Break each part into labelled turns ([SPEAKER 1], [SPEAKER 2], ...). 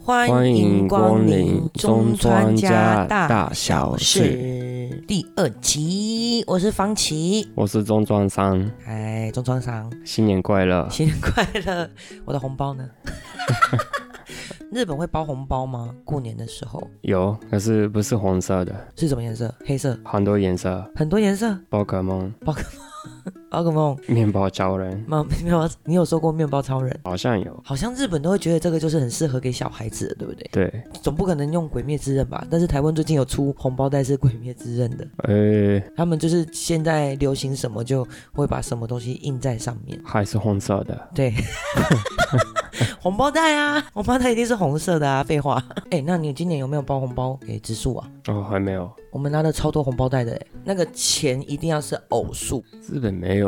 [SPEAKER 1] 欢迎光临中川家大
[SPEAKER 2] 小事。
[SPEAKER 1] 是第二集，我是方琦。
[SPEAKER 2] 我是中庄商，
[SPEAKER 1] 哎，中川商，
[SPEAKER 2] 新年快乐！
[SPEAKER 1] 新年快乐！我的红包 呢？日本会包红包吗？过年的时候
[SPEAKER 2] 有，可是不是红色的，
[SPEAKER 1] 是什么颜色？黑色，
[SPEAKER 2] 很多颜色。
[SPEAKER 1] 很多颜色。哦
[SPEAKER 2] 宝可梦、
[SPEAKER 1] 奥克梦，
[SPEAKER 2] 面包超人
[SPEAKER 1] 妈，面包，你有说过面包超人？
[SPEAKER 2] 好像有，
[SPEAKER 1] 好像日本都会觉得这个就是很适合给小孩子的，对不对？
[SPEAKER 2] 对，
[SPEAKER 1] 总不可能用《鬼灭之刃》吧？但是台湾最近有出红包袋是《鬼灭之刃》的，
[SPEAKER 2] 呃、
[SPEAKER 1] 他们就是现在流行什么就会把什么东西印在上面。
[SPEAKER 2] 还是红色的。
[SPEAKER 1] 对， 红包袋啊，红包袋一定是红色的啊，废话。 哎、那你今年有没有包红包给植树啊？
[SPEAKER 2] 哦，还没有，
[SPEAKER 1] 我们拿了超多红包袋的、哎，那个钱一定要是偶数，
[SPEAKER 2] 日本没有。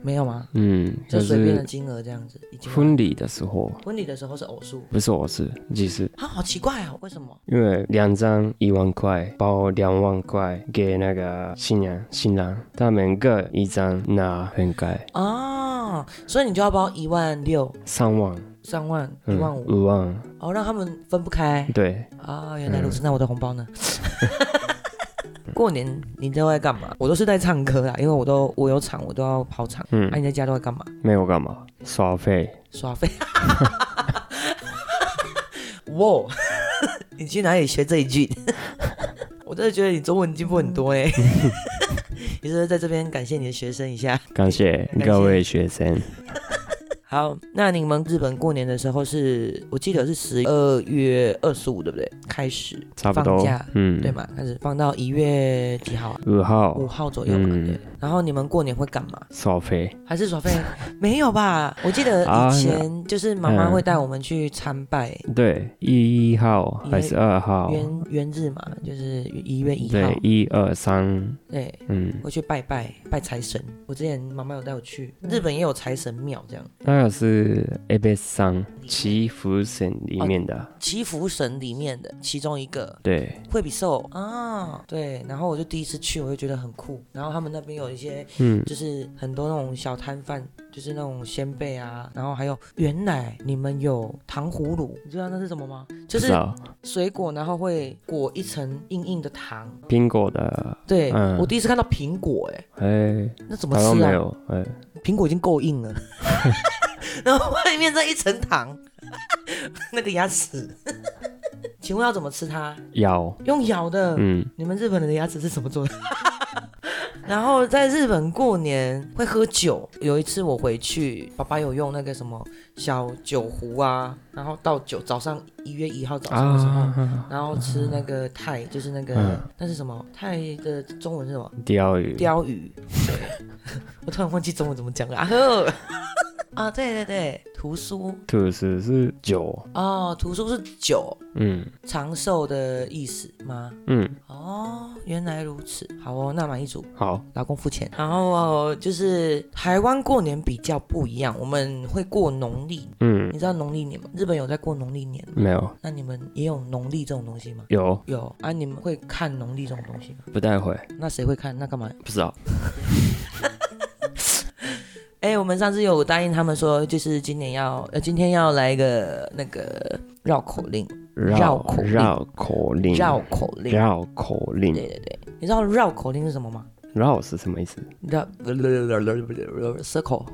[SPEAKER 1] 没有吗？
[SPEAKER 2] 嗯，
[SPEAKER 1] 就
[SPEAKER 2] 就
[SPEAKER 1] 随便的
[SPEAKER 2] 是
[SPEAKER 1] 金额这样子，已经
[SPEAKER 2] 婚礼的时候，
[SPEAKER 1] 婚礼的时候是偶数
[SPEAKER 2] 不是我是，其实
[SPEAKER 1] 啊，好奇怪哦，为什么？
[SPEAKER 2] 因为两张一万块，包两万块给那个新娘新郎，他们各一张拿很该
[SPEAKER 1] 啊，所以你就要包一万六、
[SPEAKER 2] 三万，
[SPEAKER 1] 三万、一
[SPEAKER 2] 嗯
[SPEAKER 1] 万五，
[SPEAKER 2] 五万，
[SPEAKER 1] 哦，让他们分不开
[SPEAKER 2] 对，
[SPEAKER 1] 啊。
[SPEAKER 2] 嗯
[SPEAKER 1] 原来如此，那我的红包呢？ 过年你都在干嘛？我都是在唱歌啦，因为我都我有场，我都要跑场。啊
[SPEAKER 2] 嗯
[SPEAKER 1] 那、，你在家都在干嘛？
[SPEAKER 2] 没有干嘛，耍废。
[SPEAKER 1] 耍废。 哇，你去哪里学这一句？ 我真的觉得你中文进步很多 哎、你是不是在这边感谢你的学生一下？
[SPEAKER 2] 感谢
[SPEAKER 1] 感谢
[SPEAKER 2] 各位学生。
[SPEAKER 1] 好，那你们日本过年的时候是，我记得是十二月二十五，对不对？开始
[SPEAKER 2] 差不多
[SPEAKER 1] 放假，
[SPEAKER 2] 嗯，
[SPEAKER 1] 对嘛？开始放到一月几号啊？
[SPEAKER 2] 五
[SPEAKER 1] 五
[SPEAKER 2] 号
[SPEAKER 1] 号左右嘛，
[SPEAKER 2] 嗯
[SPEAKER 1] 对。然后你们过年会干嘛？
[SPEAKER 2] 耍飞，
[SPEAKER 1] 还是耍废？没有 吧？我记得
[SPEAKER 2] 啊
[SPEAKER 1] 以前就是妈妈
[SPEAKER 2] 嗯
[SPEAKER 1] 会带我们去参拜
[SPEAKER 2] 对，一号
[SPEAKER 1] 一
[SPEAKER 2] 还是二号？
[SPEAKER 1] 元元日嘛，就是一月一号
[SPEAKER 2] 哦对，，一二三，
[SPEAKER 1] 对，
[SPEAKER 2] 嗯，
[SPEAKER 1] 会去拜拜拜财神。我之前妈妈有带我去，日本也有财神庙这样，
[SPEAKER 2] 那个是 A B 三祈福神里面的，
[SPEAKER 1] 祈福神里面的其中一个
[SPEAKER 2] 对，
[SPEAKER 1] 惠比寿
[SPEAKER 2] 哦
[SPEAKER 1] 啊，对。然后我就第一次去，我就觉得很酷。然后他们那边有一些
[SPEAKER 2] 嗯，
[SPEAKER 1] 就是很多那种小摊贩，就是那种鲜贝啊，然后还有原来你们有糖葫芦，你知道那是什么吗？就
[SPEAKER 2] 不知
[SPEAKER 1] 是
[SPEAKER 2] 道
[SPEAKER 1] 水果，然后会裹一层硬硬的糖。
[SPEAKER 2] 苹果的，
[SPEAKER 1] 对、
[SPEAKER 2] 嗯
[SPEAKER 1] 我第一次看到苹果、欸，
[SPEAKER 2] 哎，
[SPEAKER 1] 哎，那怎么
[SPEAKER 2] 台湾
[SPEAKER 1] 吃
[SPEAKER 2] 没
[SPEAKER 1] 啊？
[SPEAKER 2] 有，哎，
[SPEAKER 1] 苹果已经够硬了， 然后外面再一层糖， 那个牙齿， 请问要怎么吃它？
[SPEAKER 2] 咬，
[SPEAKER 1] 用咬的。
[SPEAKER 2] 嗯，
[SPEAKER 1] 你们日本人的牙齿是什么做的？ 然后在日本过年会喝酒，有一次我回去，爸爸有用那个什么小酒壶啊，然后倒酒，早上一月一号早上的时候，
[SPEAKER 2] 啊，
[SPEAKER 1] 然后吃那个泰，就是那个、
[SPEAKER 2] 嗯
[SPEAKER 1] 那是什么泰的中文是什么？
[SPEAKER 2] 钓鱼，
[SPEAKER 1] 鲷鱼。 对，我突然忘记中文怎么讲 了啊！
[SPEAKER 2] 哦
[SPEAKER 1] 呵 啊，对对对，屠苏
[SPEAKER 2] 吐司是酒，
[SPEAKER 1] 哦，屠苏是酒
[SPEAKER 2] 嗯
[SPEAKER 1] 长寿的意思吗？
[SPEAKER 2] 嗯，
[SPEAKER 1] 哦，原来如此。好哦，那买一组。
[SPEAKER 2] 好，
[SPEAKER 1] 老公付钱。然后哦就是台湾过年比较不一样，我们会过农历，
[SPEAKER 2] 嗯，
[SPEAKER 1] 你知道农历年吗？日本有在过农历年吗，
[SPEAKER 2] 没有，
[SPEAKER 1] 那你们也有农历这种东西吗？
[SPEAKER 2] 有
[SPEAKER 1] 有啊，你们会看农历这种东西吗？
[SPEAKER 2] 不带回，
[SPEAKER 1] 那谁会看？那干嘛？
[SPEAKER 2] 不知道，
[SPEAKER 1] 哎，我们上次有答应他们说，就是今年要呃今天要来一个那个绕口令，绕口令
[SPEAKER 2] 绕口
[SPEAKER 1] 嗯
[SPEAKER 2] 令，
[SPEAKER 1] 绕口令。
[SPEAKER 2] 绕口令，
[SPEAKER 1] 对对对，你知道绕口令是什么吗？
[SPEAKER 2] 绕是什么意思
[SPEAKER 1] 绕 circle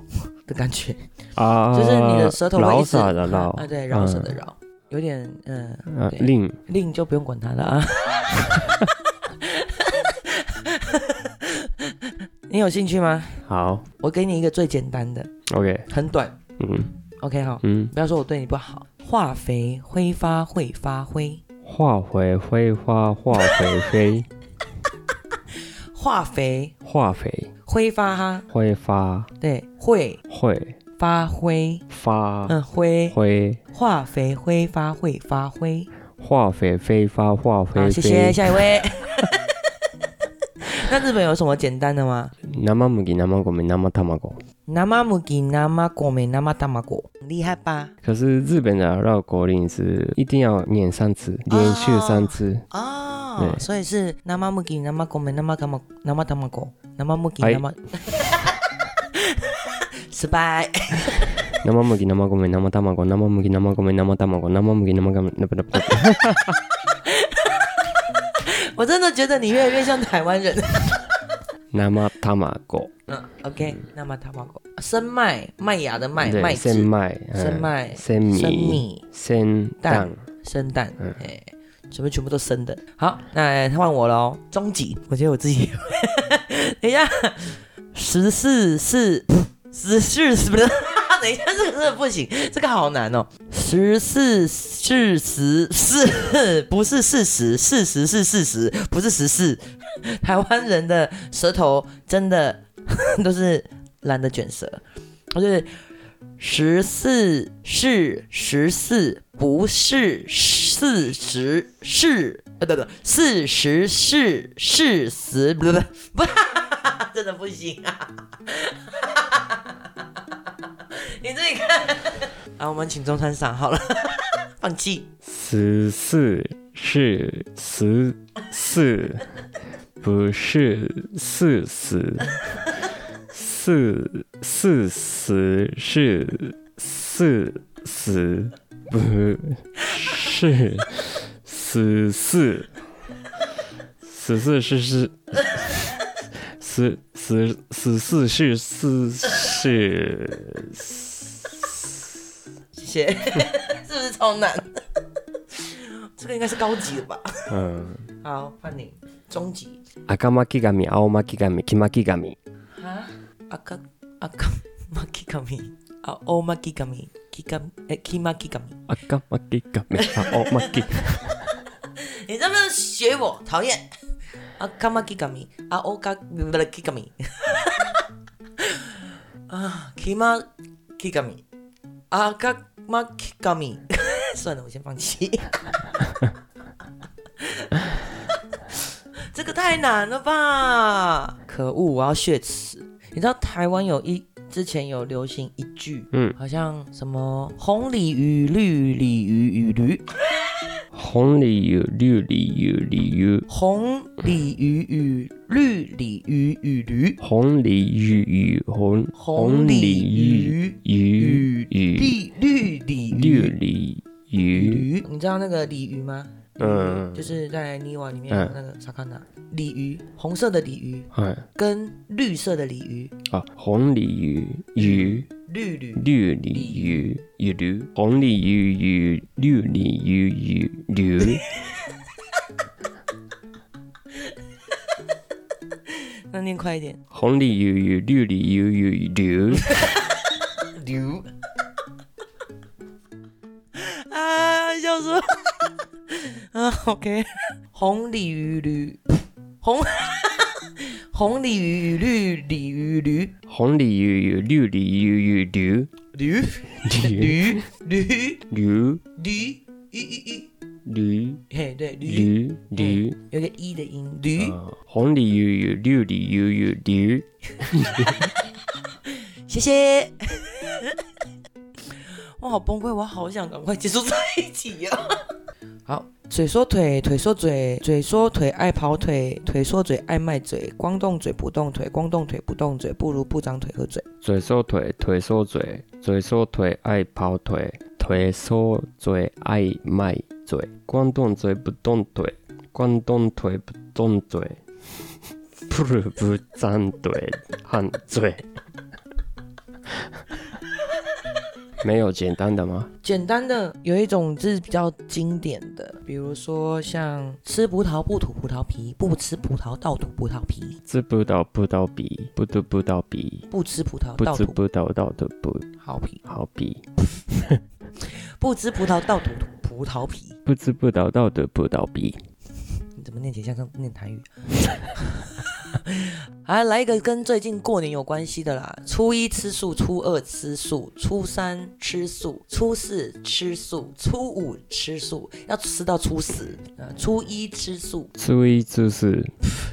[SPEAKER 1] 的感觉，
[SPEAKER 2] 啊？
[SPEAKER 1] 就是你的舌头会
[SPEAKER 2] 绕
[SPEAKER 1] 一直
[SPEAKER 2] 啥的绕
[SPEAKER 1] 啊，对，绕舌的绕，有点嗯，
[SPEAKER 2] 呃
[SPEAKER 1] 对
[SPEAKER 2] 令
[SPEAKER 1] 令就不用管他了啊。 你有兴趣吗？
[SPEAKER 2] 好
[SPEAKER 1] 我给你一个最简单的，
[SPEAKER 2] ，OK，
[SPEAKER 1] 很短
[SPEAKER 2] 嗯
[SPEAKER 1] ，OK 哈，
[SPEAKER 2] 嗯，
[SPEAKER 1] 不要说我对你不好。化肥挥发会发挥，
[SPEAKER 2] 化肥挥发化肥 飞，
[SPEAKER 1] 化肥
[SPEAKER 2] 化肥
[SPEAKER 1] 挥发哈，
[SPEAKER 2] 挥发
[SPEAKER 1] 对，会
[SPEAKER 2] 会
[SPEAKER 1] 发挥，
[SPEAKER 2] 发
[SPEAKER 1] 嗯，挥
[SPEAKER 2] 挥
[SPEAKER 1] 化肥挥发会发挥。
[SPEAKER 2] 化肥挥发化
[SPEAKER 1] 好，
[SPEAKER 2] 肥
[SPEAKER 1] 谢谢，
[SPEAKER 2] 飞。
[SPEAKER 1] 下一位。 那日本有什么简单的吗？
[SPEAKER 2] 生麦生米生卵。
[SPEAKER 1] 生麦、生米、生卵，厉害吧？
[SPEAKER 2] 可是日本的绕口令是一定要念三次，连续三次。
[SPEAKER 1] 哦，
[SPEAKER 2] 对
[SPEAKER 1] 所以是生麦、生米、生卵、生哎 卵、生麦、
[SPEAKER 2] 哎
[SPEAKER 1] 生失败。
[SPEAKER 2] 生麦、生米、生卵、生麦、生米、生卵、生麦、生米、那不那不，
[SPEAKER 1] 我真的觉得你越来越像台湾人。
[SPEAKER 2] 生卵。
[SPEAKER 1] 嗯，OK，那么他包括生麦麦芽的麦麦
[SPEAKER 2] 对，生
[SPEAKER 1] 子
[SPEAKER 2] 麦、
[SPEAKER 1] 生呃麦
[SPEAKER 2] 生
[SPEAKER 1] 生
[SPEAKER 2] 米、
[SPEAKER 1] 米
[SPEAKER 2] 生蛋
[SPEAKER 1] 蛋。生蛋，
[SPEAKER 2] 嗯
[SPEAKER 1] 哎、全部全部都生的。好，那换我喽，终极，我觉得我自己， 等一下，十四是十四 是不是？等一下，这个真的不行，这个好难哦。十四是十四，不是事实，事实是事实，不是十四。台湾人的舌头真的 都是懒得卷舌，我就是十四是十四，不是四十是呃，对对，四十是事实，不不 不，真的不行啊！ 你自己看啊，我们请中山赏好了， 放弃。
[SPEAKER 2] 十四是十四，不是四十。四四十是四十，不是十四。十四是是十十十四是四是
[SPEAKER 1] 谢谢， 是不是超难？ 这个应该是高级的吧？
[SPEAKER 2] 嗯。
[SPEAKER 1] 好，换你，中级
[SPEAKER 2] 赤巻紙、青巻紙、黄巻紙。
[SPEAKER 1] 啊，阿卡阿卡马基卡米，阿欧马基卡米，基卡诶基马基卡米，
[SPEAKER 2] 赤巻紙、青巻紙。
[SPEAKER 1] 你这么学我，讨厌。阿卡马基卡米，阿欧卡不是基卡米， 啊，基马基卡米，阿卡马基卡米， 算了，我先放弃。 这个太难了吧！可恶，我要血耻！你知道台湾有一之前有流行一句，
[SPEAKER 2] 嗯
[SPEAKER 1] 好像什么红鲤鱼、绿鲤鱼与驴，
[SPEAKER 2] 红鲤鱼、绿鲤鱼、鲤鱼。
[SPEAKER 1] 红鲤鱼与绿鲤鱼与驴，
[SPEAKER 2] 红鲤鱼与红
[SPEAKER 1] 红鲤鱼
[SPEAKER 2] 鱼
[SPEAKER 1] 与
[SPEAKER 2] 与
[SPEAKER 1] 绿绿鲤
[SPEAKER 2] 绿
[SPEAKER 1] 鱼
[SPEAKER 2] 鲤
[SPEAKER 1] 与
[SPEAKER 2] 鱼。
[SPEAKER 1] 驴。你知道那个鲤鱼吗？
[SPEAKER 2] 嗯
[SPEAKER 1] 就是在泥瓦里面
[SPEAKER 2] 嗯
[SPEAKER 1] 那个萨卡纳鲤鱼，红色的鲤鱼
[SPEAKER 2] 哎
[SPEAKER 1] 跟绿色的鲤鱼，
[SPEAKER 2] 啊，红鲤鱼与
[SPEAKER 1] 绿驴。
[SPEAKER 2] 绿鲤鱼与驴，红鲤鱼与绿鲤鱼与驴。
[SPEAKER 1] 那念快一点，
[SPEAKER 2] 红鲤鱼与绿鲤鱼与驴。
[SPEAKER 1] 驴。啊，笑死我！啊，OK，红鲤鱼驴，红红鲤鱼与绿鲤鱼驴
[SPEAKER 2] 红鲤鱼与绿鲤鱼与驴。
[SPEAKER 1] 驴
[SPEAKER 2] 驴
[SPEAKER 1] 驴驴
[SPEAKER 2] 驴
[SPEAKER 1] 驴一一一，
[SPEAKER 2] 驴
[SPEAKER 1] 嘿，对，驴
[SPEAKER 2] 驴驴，
[SPEAKER 1] 有个一的音，驴。
[SPEAKER 2] 呃红鲤鱼与绿鲤鱼与驴。
[SPEAKER 1] 谢谢。 我好崩溃，我好想赶快结束在一起呀、 好，嘴说腿，腿说嘴，嘴说腿爱跑腿，腿说嘴爱卖嘴，光动嘴不动腿，光动腿不动嘴，不如不长腿和嘴。
[SPEAKER 2] 嘴说腿，腿说嘴，嘴说腿爱跑腿，腿说嘴爱卖嘴。光动嘴不动腿，光动腿不动嘴，不如不张嘴和嘴。没有简单的吗？
[SPEAKER 1] 简单的有一种是比较经典的，比如说像吃葡萄不吐葡萄皮，不吃葡萄倒吐葡萄皮，
[SPEAKER 2] 知不道不道比，不知不道比，
[SPEAKER 1] 不吃葡萄
[SPEAKER 2] 不
[SPEAKER 1] 倒
[SPEAKER 2] 知
[SPEAKER 1] 吐
[SPEAKER 2] 不道道的不
[SPEAKER 1] 好皮，
[SPEAKER 2] 好比。
[SPEAKER 1] 不吃葡萄倒吐葡萄皮。
[SPEAKER 2] 不知不道道的不倒闭。
[SPEAKER 1] 你怎么念起来像念台语？ 啊，来一个跟最近过年有关系的啦。初一吃素，初二吃素，初三吃素，初四吃素，初五吃素，要吃到初十。啊，初一吃素，
[SPEAKER 2] 初一就是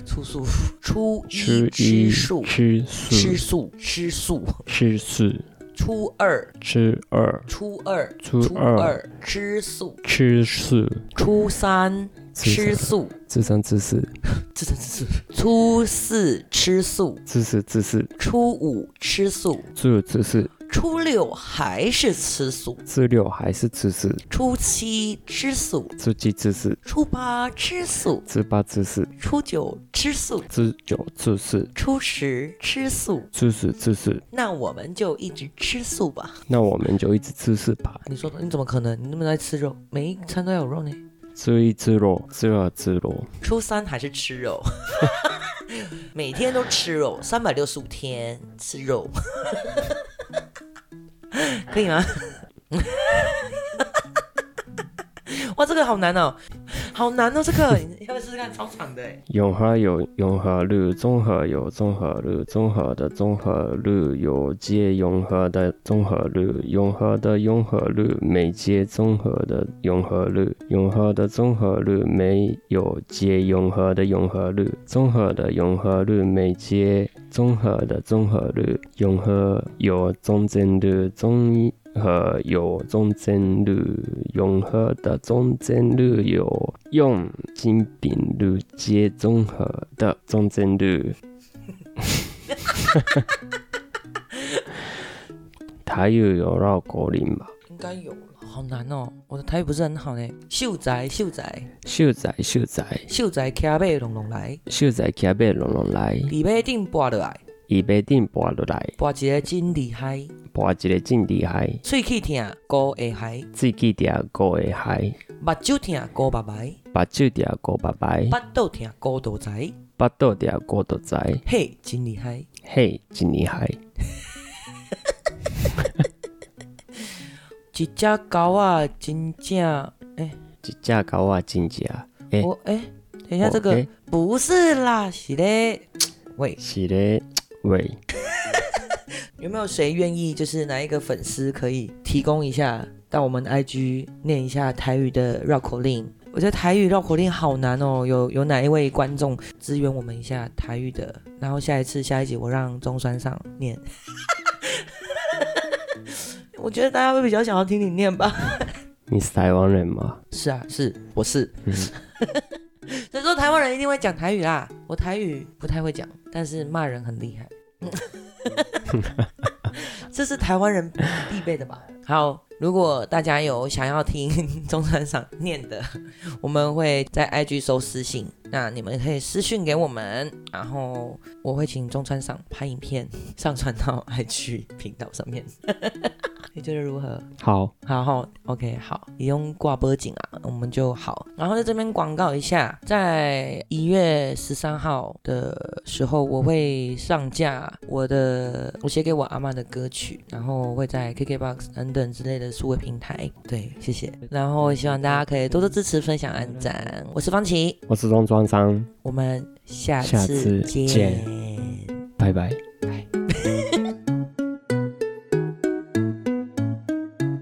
[SPEAKER 1] 初素，初一
[SPEAKER 2] 吃一
[SPEAKER 1] 吃素，
[SPEAKER 2] 吃
[SPEAKER 1] 吃
[SPEAKER 2] 素
[SPEAKER 1] 素，吃素。
[SPEAKER 2] 吃素，
[SPEAKER 1] 初二，
[SPEAKER 2] 吃二
[SPEAKER 1] 初二，
[SPEAKER 2] 初二
[SPEAKER 1] 二吃素，
[SPEAKER 2] 吃素，
[SPEAKER 1] 初三吃
[SPEAKER 2] 吃
[SPEAKER 1] 素，
[SPEAKER 2] 吃三吃四
[SPEAKER 1] 这这这这，初四吃素，
[SPEAKER 2] 吃四吃四
[SPEAKER 1] 初五吃素。
[SPEAKER 2] 吃五吃四
[SPEAKER 1] 初六还是吃素，
[SPEAKER 2] 吃六还是吃四？
[SPEAKER 1] 初七吃素，
[SPEAKER 2] 吃七吃四，
[SPEAKER 1] 初八吃素，
[SPEAKER 2] 吃八吃四，
[SPEAKER 1] 初九吃素，
[SPEAKER 2] 吃九吃四，
[SPEAKER 1] 初十吃素。
[SPEAKER 2] 吃十吃四。
[SPEAKER 1] 那我们就一直吃素吧。
[SPEAKER 2] 那我们就一直吃四吧，
[SPEAKER 1] 你说你怎么可能？你那么爱吃肉，每一餐都要有肉呢。
[SPEAKER 2] 吃一吃肉，吃二吃肉，
[SPEAKER 1] 初三还是吃肉， 每天都吃肉，三百六十五天吃肉， 可以吗？ 哇，这个好难哦，好难哦，这个你要不要试试看？超长的哎，
[SPEAKER 2] 永和有永和绿，综合有综合绿，综合的综合绿有接永和的综合绿，永和的永和绿没接综合的永和绿，永和的综合绿没有接永和的永和绿，综合的永和绿没接综合的综合绿，永和有中间绿，综合有中间绿，永和的中间绿有用。金饼路街综合的中 正路。台语有绕口令吧？
[SPEAKER 1] 应该有了。好难哦，我的台语不是很好呢。秀仔，秀仔，
[SPEAKER 2] 秀仔秀仔
[SPEAKER 1] 秀仔，卡背隆隆来，
[SPEAKER 2] 秀仔，骑马龙龙来，
[SPEAKER 1] 里背顶拔落来，
[SPEAKER 2] 伊马顶跋落来，
[SPEAKER 1] 拔一个真厉害，
[SPEAKER 2] 跋一个真厉害，
[SPEAKER 1] 喙齿疼，高下海，
[SPEAKER 2] 自己条高会海，
[SPEAKER 1] 目睭疼，高白白，
[SPEAKER 2] 目睭条高白白，
[SPEAKER 1] 巴肚疼，高肚仔。
[SPEAKER 2] 巴肚条高肚仔，
[SPEAKER 1] 嘿，真厉害！
[SPEAKER 2] 嘿，真厉害！
[SPEAKER 1] 一只狗啊，真正
[SPEAKER 2] 一只狗啊，真正欸
[SPEAKER 1] 我哎、等一下，
[SPEAKER 2] 哦
[SPEAKER 1] 这个、
[SPEAKER 2] 欸
[SPEAKER 1] 不是啦，是嘞。喂，
[SPEAKER 2] 是咧，喂，
[SPEAKER 1] 有没有谁愿意就是哪一个粉丝可以提供一下，到我们 IG 念一下台语的绕口令？我觉得台语绕口令好难哦，有有哪一位观众支援我们一下台语的？然后下一次下一集我让中山上念。 我觉得大家会比较想要听你念吧。
[SPEAKER 2] 你是台湾人 吗？
[SPEAKER 1] 是啊，是，我是。
[SPEAKER 2] 嗯
[SPEAKER 1] 所以说台湾人一定会讲台语啦，我台语不太会讲，但是骂人很厉害。 这是台湾人必备的吧？好，如果大家有想要听中山赏念的，我们会在 IG 收私信，那你们可以私信给我们，然后我会请中川赏拍影片上传到 IG 频道上面。 你觉得如何？
[SPEAKER 2] 好，
[SPEAKER 1] 然后 OK 好，也用挂波景啊，我们就好。然后在这边广告一下，在一月十三号的时候，我会上架我的我写给我阿妈的歌曲，然后会在 KKBOX 等等之类的数位平台。对，谢谢。然后希望大家可以多多支持、分享、按赞。我是方琦，
[SPEAKER 2] 我是中川商。
[SPEAKER 1] 我们下
[SPEAKER 2] 下
[SPEAKER 1] 次
[SPEAKER 2] 次见
[SPEAKER 1] 见
[SPEAKER 2] 拜拜。
[SPEAKER 1] 拜。